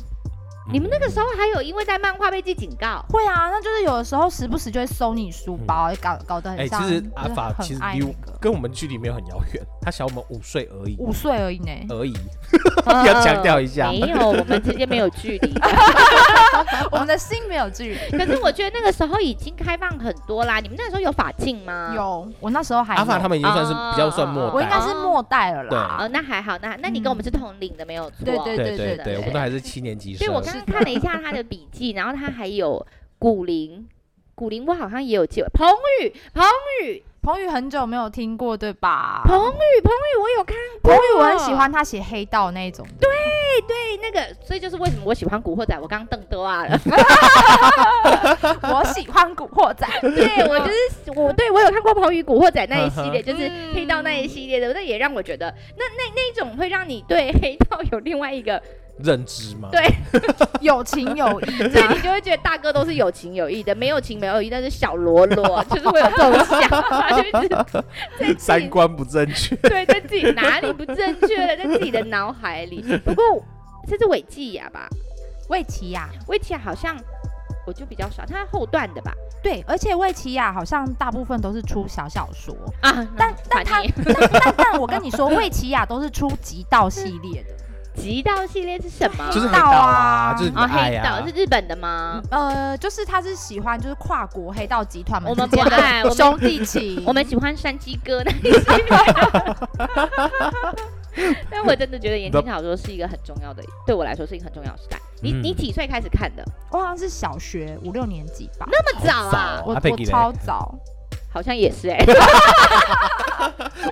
Speaker 1: 你们那
Speaker 2: 嗯
Speaker 1: 个时候还有因为在漫画被记警 告？
Speaker 3: 会啊，那就是有的时候时不时就会搜你书包，搞搞得
Speaker 2: 哎、
Speaker 3: 很
Speaker 2: 其
Speaker 3: 像。
Speaker 2: 实
Speaker 3: 就是
Speaker 2: 阿法
Speaker 3: 很
Speaker 2: 其实
Speaker 3: 爱
Speaker 2: 离
Speaker 3: 那
Speaker 2: 我
Speaker 3: 个
Speaker 2: 跟我们距离没有很遥远，他小我们五岁而已，
Speaker 3: 五嗯岁而已呢。
Speaker 2: 而已，要强调一下
Speaker 1: 没。有，我们之间没有距 离。
Speaker 3: 我们的心没有距离。
Speaker 1: 可是我觉得那个时候已经开放很多啦。你们那个时候有法镜吗？。
Speaker 3: 有，我那时候还
Speaker 2: 阿法
Speaker 3: 有
Speaker 2: 他们已经算是
Speaker 1: 哦
Speaker 2: 比较算末代，
Speaker 3: 我应该是末代了
Speaker 2: 对
Speaker 3: 啦。
Speaker 1: 哦，那还好，那那你跟我们是同龄的，没有错。
Speaker 3: 对对
Speaker 2: 对对
Speaker 1: 对
Speaker 2: 对，我们都还是七年级
Speaker 1: 所
Speaker 2: 生
Speaker 1: 以。我刚刚看了一下他的笔记，然后他还有古灵，古灵我好像也有记，彭宇，彭宇，
Speaker 3: 彭宇很久没有听过，对吧？
Speaker 1: 彭宇，彭宇，我有看过。
Speaker 3: 彭宇我很喜欢他写黑道那一种的。
Speaker 1: 对，那个，所以就是为什么我喜欢《古惑仔》，我刚刚瞪多啊了。
Speaker 3: 我喜欢古惑仔，
Speaker 1: 对我就是我，对我有看过《彭宇古惑仔》那一系列，
Speaker 2: 嗯哼
Speaker 1: 就是黑道那一系列的，那也让我觉得，那那那一种会让你对黑道有另外一个，
Speaker 2: 认知嘛，
Speaker 1: 对
Speaker 3: 有情有义。
Speaker 1: 所以你就会觉得大哥都是有情有义的，没有情没有义，但是小喽啰 就是会有这种想法，就是在自
Speaker 2: 三
Speaker 1: 己
Speaker 2: 观不正确。
Speaker 1: 对在自己哪里不正确了，在自己的脑海里。不过这是韦季雅吧，
Speaker 3: 魏琪亚，
Speaker 1: 韦季雅好像我就比较少，他后段的吧
Speaker 3: 对，而且魏琪亚好像大部分都是出小小说，
Speaker 1: 啊，
Speaker 3: 但但他
Speaker 1: 烦你
Speaker 3: 但但我跟你说，魏琪亚都是出极道系列的。
Speaker 1: 极道系列是什么？
Speaker 2: 就是黑
Speaker 3: 道
Speaker 2: 道
Speaker 3: 啊
Speaker 2: 啊，就是你的
Speaker 1: 啊，
Speaker 2: 爱
Speaker 1: 黑
Speaker 2: 啊
Speaker 1: 道是，日本的吗？
Speaker 3: 呃，就是他是喜欢就是跨国黑道集团们
Speaker 1: 我们
Speaker 3: 之间
Speaker 1: 不 爱我们
Speaker 3: 的兄弟 情，
Speaker 1: 我们喜欢山鸡哥那一些。 但我真的觉得言情小说是一个很重要的，对我来说是一个很重要的时代。你
Speaker 2: 嗯
Speaker 1: 你几岁开始看的？
Speaker 3: 我好像是小学五六年级吧，
Speaker 1: 那么早
Speaker 2: 早
Speaker 1: 啊
Speaker 2: 啊？
Speaker 3: 我
Speaker 2: 阿佩
Speaker 3: 我
Speaker 2: 吉嘞
Speaker 3: 超早，
Speaker 1: 好像也是哎、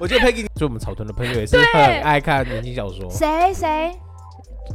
Speaker 2: 我觉得 Peggy，就我们草屯的朋友也是很爱看言情小说，
Speaker 3: 谁谁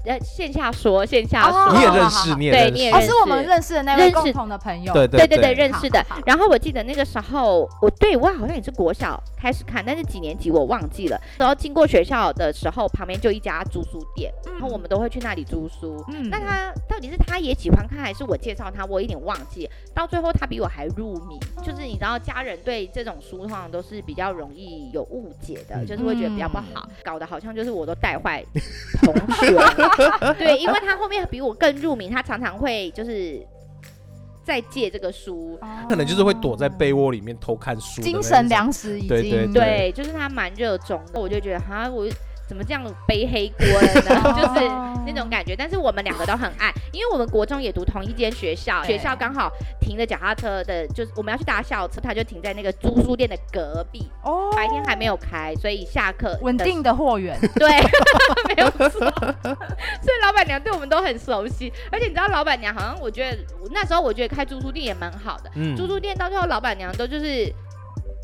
Speaker 1: 呃，线下说，线下
Speaker 3: 哦
Speaker 1: 说，
Speaker 2: 你也认识，你也
Speaker 1: 对
Speaker 2: 认
Speaker 1: 你也
Speaker 2: 识，
Speaker 3: 哦
Speaker 1: 认
Speaker 3: 是我们认识的那位
Speaker 1: 认识
Speaker 3: 共同的朋友，
Speaker 2: 对
Speaker 1: 对对对，
Speaker 2: 对，
Speaker 1: 认识的
Speaker 3: 好好。
Speaker 1: 然后我记得那个时候，我对我好像也是国小开始看，但是几年级我忘记了。然后经过学校的时候，旁边就一家租书店，然后我们都会去那里租书。
Speaker 3: 嗯
Speaker 1: 那他到底是他也喜欢看，还是我介绍他？我有点忘记。到最后他比我还入迷，就是你知道，家人对这种书通常都是比较容易有误解的，
Speaker 2: 嗯
Speaker 1: 就是会觉得比较不好，搞得好像就是我都带坏同学， 对，因为他后面比我更入迷，他常常会就是再借这个书。
Speaker 3: 哦
Speaker 2: 可能就是会躲在
Speaker 1: 哦
Speaker 2: 被窝里面偷看书的那一种，
Speaker 3: 精神粮食已经
Speaker 2: 对对
Speaker 1: 对，就是他蛮热衷的，我就觉得哈，我怎么这样背黑锅了呢？ 就是
Speaker 3: 哦
Speaker 1: 那种感觉。但是我们两个都很爱，因为我们国中也读同一间学校，
Speaker 3: 对
Speaker 1: 学校刚好停着脚踏车的，就是我们要去搭校车，他就停在那个租书店的隔壁，
Speaker 3: 哦
Speaker 1: 白天还没有开，所以下课
Speaker 3: 稳
Speaker 1: 的
Speaker 3: 定的货源，
Speaker 1: 对， 没有错。所以老板娘对我们都很熟悉，而且你知道，老板娘好像我觉得我那时候我觉得开租书店也蛮好的，
Speaker 2: 嗯
Speaker 1: 租书店到最后老板娘都就是。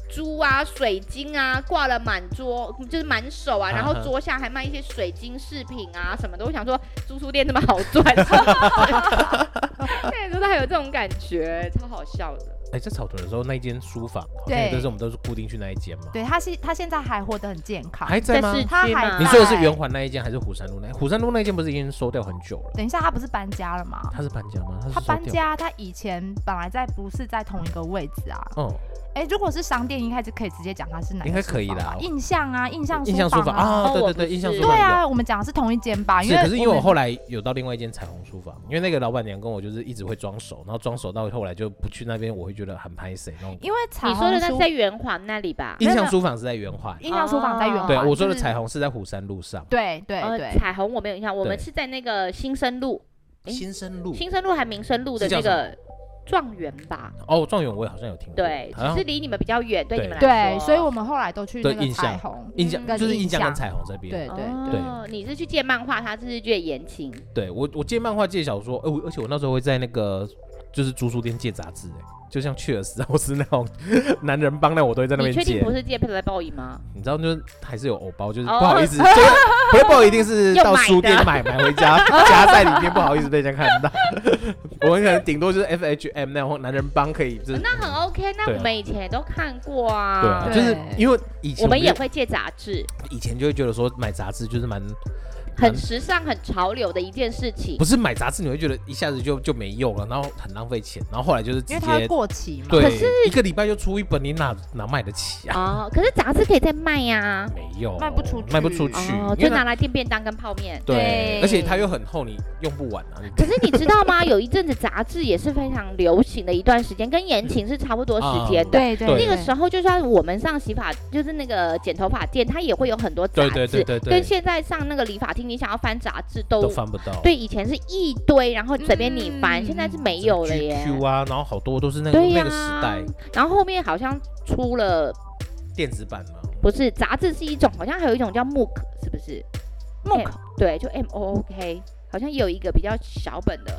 Speaker 1: 猪啊，水晶啊，挂了满桌，就是满手啊，然后
Speaker 2: 啊哈嗯
Speaker 1: 桌下还卖一些水晶饰品啊什么的。我想说，租书店这么好赚， 那时候还有这种感觉，超好笑的。
Speaker 2: 哎，在草屯的时候，那一间书房，好像
Speaker 3: 对
Speaker 2: 也都是我们都是固定去那一间嘛，
Speaker 3: 对他现他现在还活得很健康。
Speaker 2: 还在吗？
Speaker 1: 市
Speaker 3: 他
Speaker 1: 区
Speaker 3: 还
Speaker 1: 吗
Speaker 2: 你说的是
Speaker 3: 在
Speaker 2: 圆环那一间还是虎山路那？虎山路那一间不是已经收掉很久了？
Speaker 3: 等一下，他不是搬家了吗？
Speaker 2: 他是搬家吗？他是
Speaker 3: 他
Speaker 2: 收
Speaker 3: 搬
Speaker 2: 掉。
Speaker 3: 家，他以前本来在不是在同一个位置啊。
Speaker 2: 哦，
Speaker 3: 哎、如果是商店，应该是可以直接讲它是哪个
Speaker 2: 应该
Speaker 3: 书
Speaker 2: 可以
Speaker 3: 房
Speaker 2: 啦
Speaker 3: 吧
Speaker 2: 我
Speaker 3: 印象啊，印象
Speaker 2: 印象书
Speaker 3: 书
Speaker 2: 法
Speaker 3: 房啊
Speaker 2: 啊，对
Speaker 1: 我
Speaker 2: 对对，
Speaker 1: 不
Speaker 2: 印象
Speaker 1: 是
Speaker 2: 书
Speaker 1: 书
Speaker 2: 法
Speaker 3: 对
Speaker 2: 有。
Speaker 3: 啊，我们讲的是同一间吧？因
Speaker 2: 是，
Speaker 3: 为
Speaker 2: 可是因为我
Speaker 3: 们
Speaker 2: 后来有到另外一间彩虹书房，因为那个老板娘跟我就是一直会装熟，然后装熟到后来就不去那边，我会觉得很拍谁那种。
Speaker 3: 因为彩
Speaker 1: 你说
Speaker 3: 虹
Speaker 1: 的那
Speaker 3: 书
Speaker 1: 是在圆环那里吧？
Speaker 2: 印
Speaker 3: 没有
Speaker 2: 象书房是在圆环，
Speaker 3: 印象书房在原
Speaker 1: 哦
Speaker 2: 对我说
Speaker 3: 就
Speaker 2: 的
Speaker 3: 是哦
Speaker 2: 彩虹是在虎山路上，
Speaker 3: 对对
Speaker 1: 呃
Speaker 3: 对，
Speaker 1: 彩虹我没有印象，我们
Speaker 2: 对
Speaker 1: 是在那个新生路。诶
Speaker 2: 新生路
Speaker 1: 新生路还民生路的
Speaker 2: 是叫
Speaker 1: 那个状元吧？
Speaker 2: 哦，状元我也好像有听过，
Speaker 1: 对，
Speaker 2: 好
Speaker 1: 只
Speaker 2: 像
Speaker 1: 是离你们比较远，对
Speaker 2: 对
Speaker 1: 你们来
Speaker 3: 对，
Speaker 1: 说
Speaker 3: 所以我们后来都去那
Speaker 2: 对
Speaker 3: 个
Speaker 2: 印
Speaker 3: 彩
Speaker 2: 象
Speaker 3: 虹。
Speaker 2: 印象
Speaker 1: 嗯
Speaker 2: 就是印象
Speaker 3: 印
Speaker 2: 跟
Speaker 3: 象
Speaker 2: 彩虹这边，
Speaker 3: 对对对，
Speaker 1: 哦，你是去借漫画，他是借言情，
Speaker 2: 对我，我借漫画、借小说，哎、我而且我那时候会在那个就是租书店借杂志、哎，就像确实我是那种男人帮，那我都会在那
Speaker 1: 你
Speaker 2: 边
Speaker 1: 确定
Speaker 2: 借
Speaker 1: 不。是借 Playboy 吗？
Speaker 2: 你知道，就是还是有偶包，就是不
Speaker 1: 哦
Speaker 2: 好意思，就是不会不好一定是
Speaker 1: 要
Speaker 2: 到
Speaker 1: 买
Speaker 2: 书
Speaker 1: 的
Speaker 2: 店买买回 家夹在里面，不好意思被人家看到。我们可能顶多就是 F H M 那种男人帮可以，就是、
Speaker 1: 哦那很 OK，那
Speaker 2: 对啊
Speaker 1: 我们以前也都看过啊。
Speaker 2: 对啊，就是
Speaker 3: 对
Speaker 2: 因为以前
Speaker 1: 我们
Speaker 2: 就
Speaker 1: 也会借杂志，
Speaker 2: 以前就会觉得说买杂志就是蛮
Speaker 1: 很时尚、很潮流的一件事情
Speaker 2: 不。是买杂志你会觉得一下子就就没用了，然后很浪费钱，然后后来就是直
Speaker 3: 因为它
Speaker 2: 接
Speaker 3: 会过期嘛。
Speaker 1: 可
Speaker 2: 对
Speaker 1: 是，
Speaker 2: 一个礼拜就出一本，你哪哪买得起啊？
Speaker 1: 哦，可是杂志可以再卖呀。
Speaker 2: 没有，
Speaker 3: 卖不出去
Speaker 2: 卖不出去，
Speaker 1: 哦，
Speaker 2: 因
Speaker 1: 就
Speaker 2: 为
Speaker 1: 拿
Speaker 2: 它
Speaker 1: 来垫便当跟泡 面。
Speaker 2: 对
Speaker 3: 对，
Speaker 2: 而且它又很厚，你用不完啊。你
Speaker 1: 可是你知道吗？ 有一阵子杂志也是非常流行的一段时间，跟言情是差不多时间的。
Speaker 3: 对
Speaker 2: 啊
Speaker 1: 那
Speaker 2: 对
Speaker 1: 个时
Speaker 3: 候
Speaker 1: 候，就算我们上洗发，就是那个剪头发店，它也会有很多杂
Speaker 2: 对
Speaker 1: 志，
Speaker 2: 对对对对
Speaker 1: 跟现在上那个理发厅，你想要翻杂志都
Speaker 2: 都翻不到，
Speaker 1: 对，以前是一堆，然后随便你翻，
Speaker 3: 嗯
Speaker 1: 现在是没
Speaker 2: 什么
Speaker 1: 有了耶。
Speaker 2: ，GQ 啊，然后好多都是那个
Speaker 1: 对呀、
Speaker 2: 那个时代
Speaker 1: 然后后面好像出了，
Speaker 2: 电子版嘛。
Speaker 1: 不是杂志是一种，好像还有一种叫 MOOC，是不是
Speaker 3: 木
Speaker 1: M- 对，就 M O O K，好像也有一个比较小本的。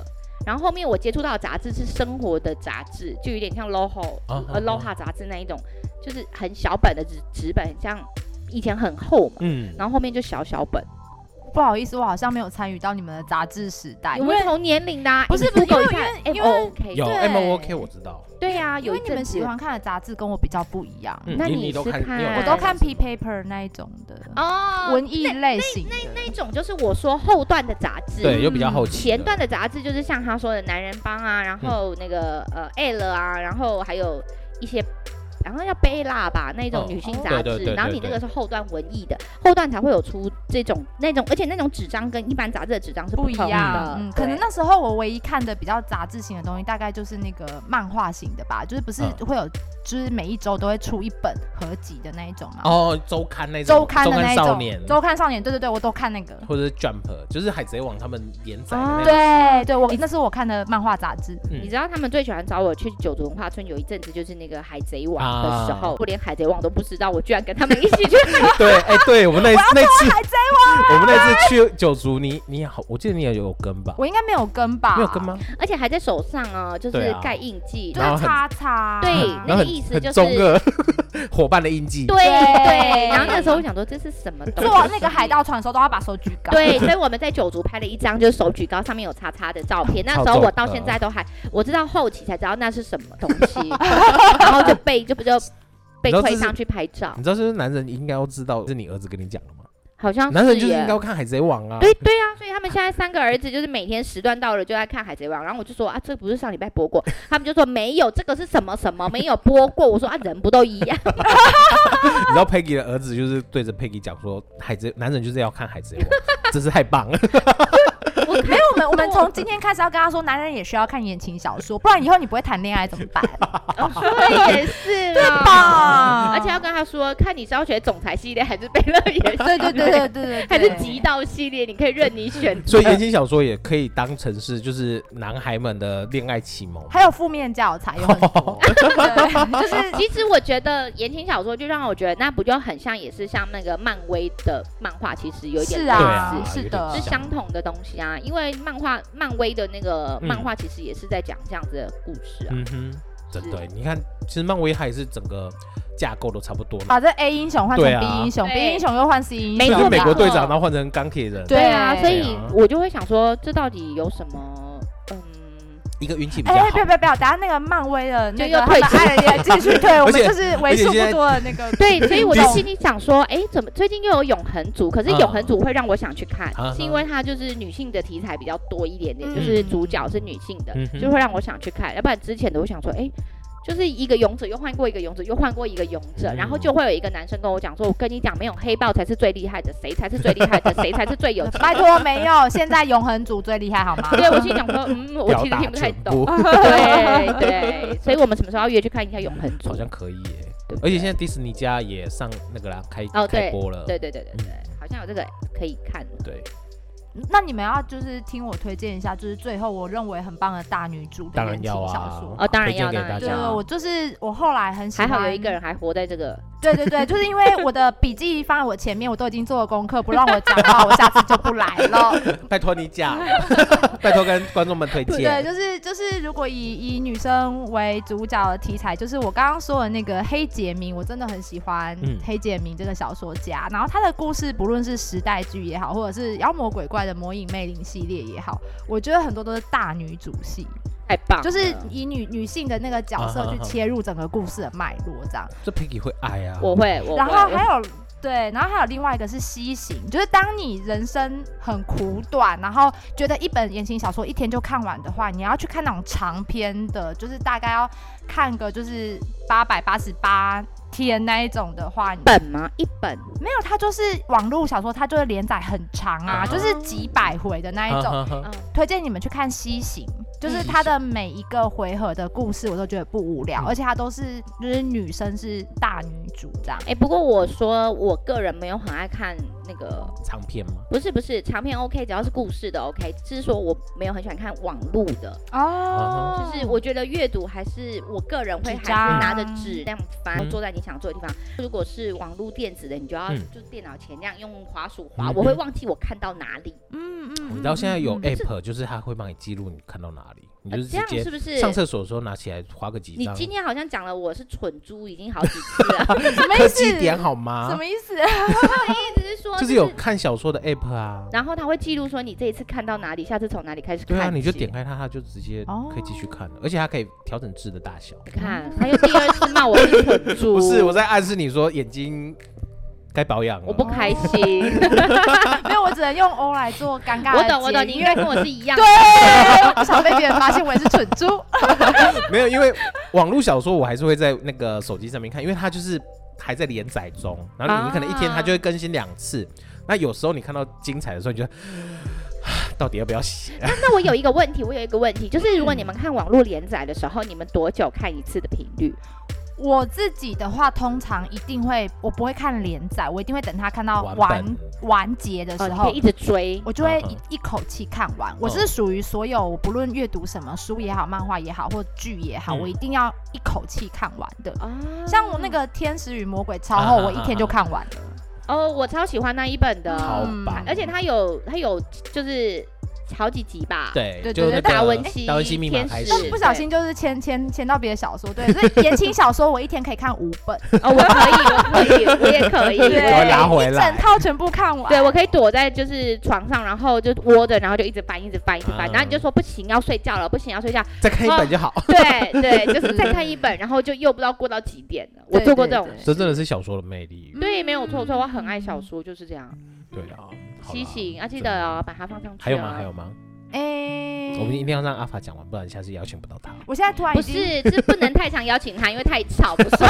Speaker 1: 然后后面我接触到的杂志是生活的杂志，就有点像 LOHO
Speaker 2: 啊啊
Speaker 1: 呃 LOHA 杂志那一种，就是很小本的纸纸本，很像以前很厚嘛，
Speaker 2: 嗯，
Speaker 1: 然后后面就小小本。
Speaker 3: 不好意思，我好像没有参与到你们的杂志时代，
Speaker 1: 有
Speaker 3: 因
Speaker 1: 没
Speaker 3: 为
Speaker 1: 有同年龄的、啊？
Speaker 3: 不是
Speaker 1: 你
Speaker 3: 不是
Speaker 1: Google
Speaker 3: 因
Speaker 1: 一下
Speaker 3: 为因为
Speaker 1: M O O K，
Speaker 2: 有
Speaker 3: 对
Speaker 2: M O O K 我知道，
Speaker 1: 对呀，
Speaker 3: 因
Speaker 1: 有一
Speaker 3: 为你
Speaker 1: 阵
Speaker 3: 们
Speaker 1: 子
Speaker 3: 喜欢看的杂志跟我比较不一样，
Speaker 2: 嗯
Speaker 1: 那
Speaker 2: 你
Speaker 1: 你
Speaker 2: 你都
Speaker 1: 是
Speaker 2: 看，你有
Speaker 1: 看
Speaker 3: 我都看
Speaker 2: 杂
Speaker 3: P
Speaker 2: 志
Speaker 3: paper 那一种的
Speaker 1: 哦，
Speaker 3: 文艺类型的。
Speaker 1: 那种就是我说后段的杂志，
Speaker 2: 对，又比较
Speaker 3: 嗯
Speaker 2: 好奇。
Speaker 1: 前段的杂志就是像他说的男人帮啊，
Speaker 2: 嗯
Speaker 1: 然后那个、呃 L 啊，然后还有一些。然后要贝拉吧那种
Speaker 2: 哦
Speaker 1: 女性
Speaker 3: 哦
Speaker 1: 杂志，
Speaker 2: 对对对
Speaker 1: 然后你
Speaker 2: 对
Speaker 1: 那个是后段文艺的，后段才会有出这种那种，而且那种纸张跟一般杂志的纸张是
Speaker 3: 不一
Speaker 1: 同
Speaker 3: 样
Speaker 1: 的，，
Speaker 3: 嗯，
Speaker 1: 对
Speaker 3: 可能那时候我唯一看的比较杂志型的东西，大概就是那个漫画型的吧，就是不是
Speaker 2: 嗯
Speaker 3: 会有，就是每一周都会出一本合集的那一种嘛，
Speaker 2: 哦，周刊那种
Speaker 3: 周刊的那一
Speaker 2: 少
Speaker 3: 种
Speaker 2: 年，，
Speaker 3: 周刊少年，对对对，我都看那个，
Speaker 2: 或者是 Jump，就是海贼王他们连载的
Speaker 1: 哦
Speaker 2: 那种。
Speaker 3: 对对，我那是我看的漫画杂志，
Speaker 2: 嗯
Speaker 1: 你知道他们最喜欢找我去九族文化村，有一阵子就是那个海贼王的时候，
Speaker 2: 啊
Speaker 1: 我连海贼王都不知道，我居然跟他们一起 去
Speaker 2: 对，哎，对我们那那次，我们那次去九族，你你好，我记得你也有跟吧？
Speaker 3: 我应该没有跟吧，
Speaker 2: 没有跟？吗？
Speaker 1: 而且还在手上哦，就
Speaker 2: 对
Speaker 1: 是
Speaker 2: 啊
Speaker 1: 盖印记，
Speaker 3: 就
Speaker 2: 然后
Speaker 3: 是
Speaker 2: 很
Speaker 3: 叉叉，嗯
Speaker 1: 对
Speaker 2: 嗯然后
Speaker 1: 那个
Speaker 2: 很
Speaker 1: 意思
Speaker 2: 很
Speaker 1: 就是
Speaker 2: 中二 伙伴的印记。
Speaker 1: 对对。
Speaker 3: 对
Speaker 1: 然后那时候我想说这是什么东西，
Speaker 3: 坐那个海。盗船的时候都要把手举高，
Speaker 1: 对，所以我们在九族拍了一张就是手举高上面有叉叉的照片，那时候我到现在都还我知道后期才知道那是什么东 西，然后就被就不就被
Speaker 2: 你知道这
Speaker 1: 推
Speaker 2: 是
Speaker 1: 上去拍照，
Speaker 2: 你知道，就是男人应该要知道是你儿子跟你讲的吗？
Speaker 1: 好像
Speaker 2: 男人
Speaker 1: 是
Speaker 2: 就是
Speaker 1: 耶
Speaker 2: 应该要看海贼王啊。
Speaker 1: 对对啊，所以他们现在三个儿子就是每天时段到了就在看《海贼王》，然后我就说啊，这不是上礼拜播过，他们就说没有，这个是什么什么没有播过。我说啊，人不都一样？ 啊
Speaker 2: 你知道 Peggy 的儿子就是对着 Peggy 讲说，海贼男人就是要看海贼王，真是太棒了。
Speaker 3: 没有，我们我们从今天开始要跟他说，男人也需要看言情小说，不然以后你不会谈恋爱怎么办？
Speaker 1: 哦说的也是，啊对
Speaker 3: 吧
Speaker 1: 而且要跟他说，看你是要选总裁系列还是贝勒 爷，
Speaker 3: 对对对对对对，
Speaker 1: 还是极道系列，你可以任你选择。
Speaker 2: 所以言情小说也可以当成是就是男孩们的恋爱启蒙。
Speaker 3: 还有负面教材有很多，对就是
Speaker 1: 其实我觉得言情小说就让我觉得，那不就很像，也是像那个漫威的漫画，其实有一点
Speaker 3: 是
Speaker 1: 类
Speaker 2: 对
Speaker 3: 啊
Speaker 2: 啊，
Speaker 1: 似，
Speaker 3: 是
Speaker 2: 有
Speaker 3: 的
Speaker 1: 是
Speaker 2: 点，
Speaker 1: 相同的东西啊。因为漫画漫威的那个
Speaker 2: 嗯
Speaker 1: 漫画其实也是在讲这样子的故事啊。
Speaker 2: 嗯哼，真的，你看，其实漫威它也是整个架构都差不多嘛，
Speaker 3: 把这 A 英雄换成
Speaker 2: 对啊
Speaker 3: B 英雄
Speaker 1: 对
Speaker 3: ，B 英雄又换 C 英
Speaker 1: 没
Speaker 2: 就
Speaker 1: 错
Speaker 2: 是
Speaker 3: 雄，
Speaker 2: 美国队
Speaker 1: 没
Speaker 2: 长，
Speaker 1: 错
Speaker 2: 然后换成钢铁人，
Speaker 3: 对
Speaker 1: 对啊，所
Speaker 2: 对
Speaker 1: 以
Speaker 2: 啊
Speaker 1: 我就会想说，这到底有什么？嗯，
Speaker 2: 一个运气比较
Speaker 3: 哎，
Speaker 2: 好
Speaker 3: 别。别别，等下那个漫威的那
Speaker 1: 就
Speaker 3: 个
Speaker 1: 又
Speaker 3: 他们
Speaker 1: 退出
Speaker 3: 爱人也继续退，我们
Speaker 2: 而且
Speaker 3: 就是为数不多的那个。
Speaker 1: 对，所以我就
Speaker 2: 迪士
Speaker 1: 心里想说，哎，怎么最近又有永恒族？可是
Speaker 2: 嗯
Speaker 1: 永恒族会让我想去看，
Speaker 2: 啊哈
Speaker 1: 是因为它就是女性的题材比较多一点点，
Speaker 3: 嗯
Speaker 1: 就是主角是女性的，
Speaker 2: 嗯哼
Speaker 1: 就会让我想去看。要不然之前的我想说，哎。就是一个勇者又换过一个勇者，又换过一个勇者，
Speaker 2: 嗯
Speaker 1: 然后就会有一个男生跟我讲说：“我跟你讲，没有黑豹才是最厉害的，谁才是最厉害的，谁才是最有钱
Speaker 3: 拜托，没有，现在永恒组最厉害好吗？
Speaker 1: 对，我心里想说，嗯，我
Speaker 2: 表
Speaker 1: 其实
Speaker 2: 达
Speaker 1: 听不太
Speaker 2: 全
Speaker 1: 懂。
Speaker 2: 部
Speaker 1: 对对，所以我们什么时候要约去看一下永恒族
Speaker 2: 好？像可以耶，
Speaker 1: 对不
Speaker 2: 而
Speaker 1: 对
Speaker 2: 且现在迪士尼家也上那个啦，开
Speaker 1: 哦对
Speaker 2: 开播了，
Speaker 1: 对对对对对，
Speaker 2: 嗯
Speaker 1: 好像有这个可以看。
Speaker 2: 对，
Speaker 3: 那你们要就是听我推荐一下，就是最后我认为很棒的大女主的
Speaker 2: 当然
Speaker 3: 言情
Speaker 2: 要啊
Speaker 3: 小说。
Speaker 1: 哦，当然
Speaker 2: 推荐
Speaker 1: 要，
Speaker 2: 给
Speaker 1: 当然
Speaker 2: 大
Speaker 3: 对
Speaker 2: 家
Speaker 1: 要
Speaker 3: 我就是我后来很喜
Speaker 1: 还
Speaker 3: 欢，
Speaker 1: 好有一个人还活在这个，
Speaker 3: 对对对，就是因为我的笔记放在我前面，我都已经做了功课，不让我讲话，我下次就不来了。
Speaker 2: 拜托 你讲，拜托跟观众们推
Speaker 3: 对，
Speaker 2: 荐，
Speaker 3: 就是就是，如果以以女生为主角的题材，就是我刚刚说的那个黑杰明，我真的很喜欢
Speaker 2: 嗯
Speaker 3: 黑杰明这个小说家。然后他的故事，不论是时代剧也好，或者是妖魔鬼怪的魔影魅灵系列也好，我觉得很多都是大女主戏，
Speaker 1: 太棒了，
Speaker 3: 就是以女女性的那个角色去
Speaker 2: 啊哈哈
Speaker 3: 切入整个故事的脉络这样。
Speaker 2: 这 Peggy 会爱啊，
Speaker 1: 我会，我会
Speaker 3: 然后
Speaker 1: 我
Speaker 3: 还有对，然后还有另外一个是西行，就是当你人生很苦短，然后觉得一本言情小说一天就看完的话，你要去看那种长篇的，就是大概要看个就是八百八十八。天那一种的话，你
Speaker 1: 本吗？一本
Speaker 3: 没有，它就是网络小说，它就是连载很长啊，
Speaker 2: 啊
Speaker 3: 就是几百回的那一种。
Speaker 2: 种
Speaker 1: 嗯
Speaker 3: 推荐你们去看《西行》，就是它的每一个回合的故事，我都觉得不无聊，
Speaker 2: 嗯
Speaker 3: 而且它都是就是女生是大女主这样。
Speaker 1: 哎、不过我说我个人没有很爱看那个，
Speaker 2: 长片吗？
Speaker 1: 不是不是长篇 OK，只要是故事的 OK，只是说我没有很喜欢看网路的，
Speaker 3: 哦，
Speaker 1: 就是我觉得阅读还是我个人会还
Speaker 3: 纸
Speaker 1: 是
Speaker 3: 张
Speaker 1: 拿着纸那样翻，
Speaker 2: 嗯
Speaker 1: 坐在你想坐的地方。如果是网络电子的，你就要
Speaker 2: 嗯
Speaker 1: 就电脑前那样用滑鼠
Speaker 2: 嗯
Speaker 1: 滑，
Speaker 2: 嗯
Speaker 1: 我会忘记我看到哪里。
Speaker 3: 嗯嗯
Speaker 2: 你知道现在有
Speaker 3: 嗯嗯
Speaker 2: app，就是它会帮你记录你看到哪里，你
Speaker 1: 呃
Speaker 2: 就是
Speaker 1: 这
Speaker 2: 直
Speaker 1: 样
Speaker 2: 接
Speaker 1: 是不是？
Speaker 2: 上厕所的时候拿起来划个几
Speaker 1: 你
Speaker 2: 张，
Speaker 1: 今天好像讲了我是蠢猪，已经好几次 了。
Speaker 3: 什么
Speaker 2: 科
Speaker 3: 意思？
Speaker 2: 技点好
Speaker 3: 什
Speaker 2: 吗？
Speaker 3: 么意思？
Speaker 1: 一直是说
Speaker 2: 就是有看小说的 app 啊，
Speaker 1: 然后他会记录说你这一次看到哪里，下次从哪里开始看
Speaker 2: 对
Speaker 1: 起。
Speaker 2: 啊，你就点开它，它就直接
Speaker 3: 哦
Speaker 2: 可以继续看了，而且它可以调整字的大小。
Speaker 1: 看，他又第二次骂我是蠢猪，
Speaker 2: 不是，我在暗示你说眼睛该保养啊了。
Speaker 1: 我不 开心。
Speaker 3: 没有，我只能用 O 来做尴尬的
Speaker 1: 我懂，我
Speaker 3: 结
Speaker 1: 懂，
Speaker 3: 语
Speaker 1: 你应
Speaker 3: 因为
Speaker 1: 该跟我是一样。
Speaker 3: 对，我不想被别人发现我也是蠢猪。
Speaker 2: 没有，因为网络小说我还是会在那个手机上面看，因为它就是还在连载中，然后你
Speaker 1: 啊
Speaker 2: 可能一天它就会更新两次。那有时候你看到精彩的时候，你 就觉得啊到底要不要写？
Speaker 1: 那我有一个问题，我有一个问题，就是如果你们看网络连载的时候，你们多久看一次的频率？
Speaker 3: 我自己的话，通常一定会，我不会看连载，我一定会等他看到
Speaker 2: 完
Speaker 3: 完
Speaker 2: 本
Speaker 3: 完结的
Speaker 1: 哦，
Speaker 3: 时
Speaker 1: 你可
Speaker 3: 候
Speaker 1: 以一。直追。
Speaker 3: 我就会
Speaker 2: 嗯哦
Speaker 3: 一一口气看完。我是属于所有，不论阅读什么书也好、漫画也好，或剧也好，
Speaker 2: 嗯
Speaker 3: 我一定要一口气看完的。
Speaker 1: 哦，
Speaker 3: 像我那个《天使与魔鬼》超厚，
Speaker 2: 啊啊啊
Speaker 3: 我一天就看完了。
Speaker 1: 哦，我超喜欢那一本的，
Speaker 2: 好
Speaker 3: 嗯
Speaker 2: 棒！
Speaker 1: 而且它有它有就是好几集吧？，
Speaker 2: 对
Speaker 3: 对
Speaker 2: 就
Speaker 3: 对对
Speaker 2: 那个
Speaker 1: 达文西
Speaker 2: 达文西密码
Speaker 1: 天
Speaker 2: 开
Speaker 1: 使哦
Speaker 2: 始
Speaker 3: 但，不小心就是签签签到别的小说，对，所以言情小说我一天可以看五本，
Speaker 1: 哦，我可以，我可以，我也可以， 我
Speaker 2: 对把它
Speaker 1: 也可以
Speaker 2: 拉回
Speaker 3: 一
Speaker 2: 来
Speaker 3: 整套全部看完。
Speaker 1: 对，我可以躲在就是床上，然后就窝着，然后就一直翻，一直翻，一直翻，
Speaker 2: 啊
Speaker 1: 然后你就说不行，要睡觉了，不行，要睡觉。
Speaker 2: 再看一本就好。
Speaker 1: 对对，就是再看一本，然后就又不知道过到几点了。我
Speaker 3: 对
Speaker 1: 做过
Speaker 3: 对
Speaker 1: 这种
Speaker 3: 对
Speaker 1: 事，
Speaker 2: 这真的是小说的魅力。
Speaker 1: 对，没有错，所以我很爱小说，就是这样。
Speaker 2: 对啊，好
Speaker 1: 西
Speaker 2: 啦
Speaker 1: 行啊，记
Speaker 2: 真
Speaker 1: 得
Speaker 2: 的
Speaker 1: 哦，把它放上去。
Speaker 2: 还有吗？还有？吗？
Speaker 3: 诶，
Speaker 2: 我们一定要让阿法讲完，不然下次邀请不到他。
Speaker 3: 哎我现在突然
Speaker 1: 不
Speaker 3: 已经，
Speaker 1: 是，是不能太常邀请他，因为太吵，不是？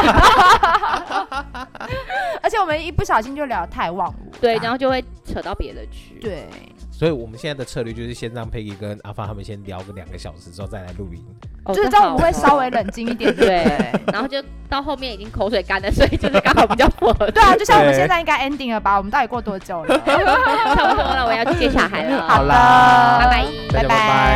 Speaker 3: 而且我们一不小心就聊太忘我。
Speaker 1: 对，
Speaker 3: 这
Speaker 1: 然
Speaker 3: 样
Speaker 1: 后就会扯到别的去。
Speaker 3: 对，
Speaker 2: 所以我们现在的策略就是先让 Peggy 跟阿发他们先聊个两个小时之后再来录音。
Speaker 1: 哦
Speaker 3: 就是
Speaker 1: 这
Speaker 3: 这样
Speaker 1: 好
Speaker 3: 我们会
Speaker 1: 哦
Speaker 3: 稍微冷静 一点，对不对？
Speaker 1: 然后就到后面已经口水干了，所以就是刚好比较 符合。
Speaker 3: 对啊，就像我们
Speaker 2: 对
Speaker 3: 现在应该 ending 了吧？我 们到底过多久了？
Speaker 1: 差不多了，我要去接小孩了。
Speaker 2: 好
Speaker 3: 的
Speaker 2: 啦
Speaker 1: 拜拜
Speaker 2: 大
Speaker 3: 拜
Speaker 2: 家拜拜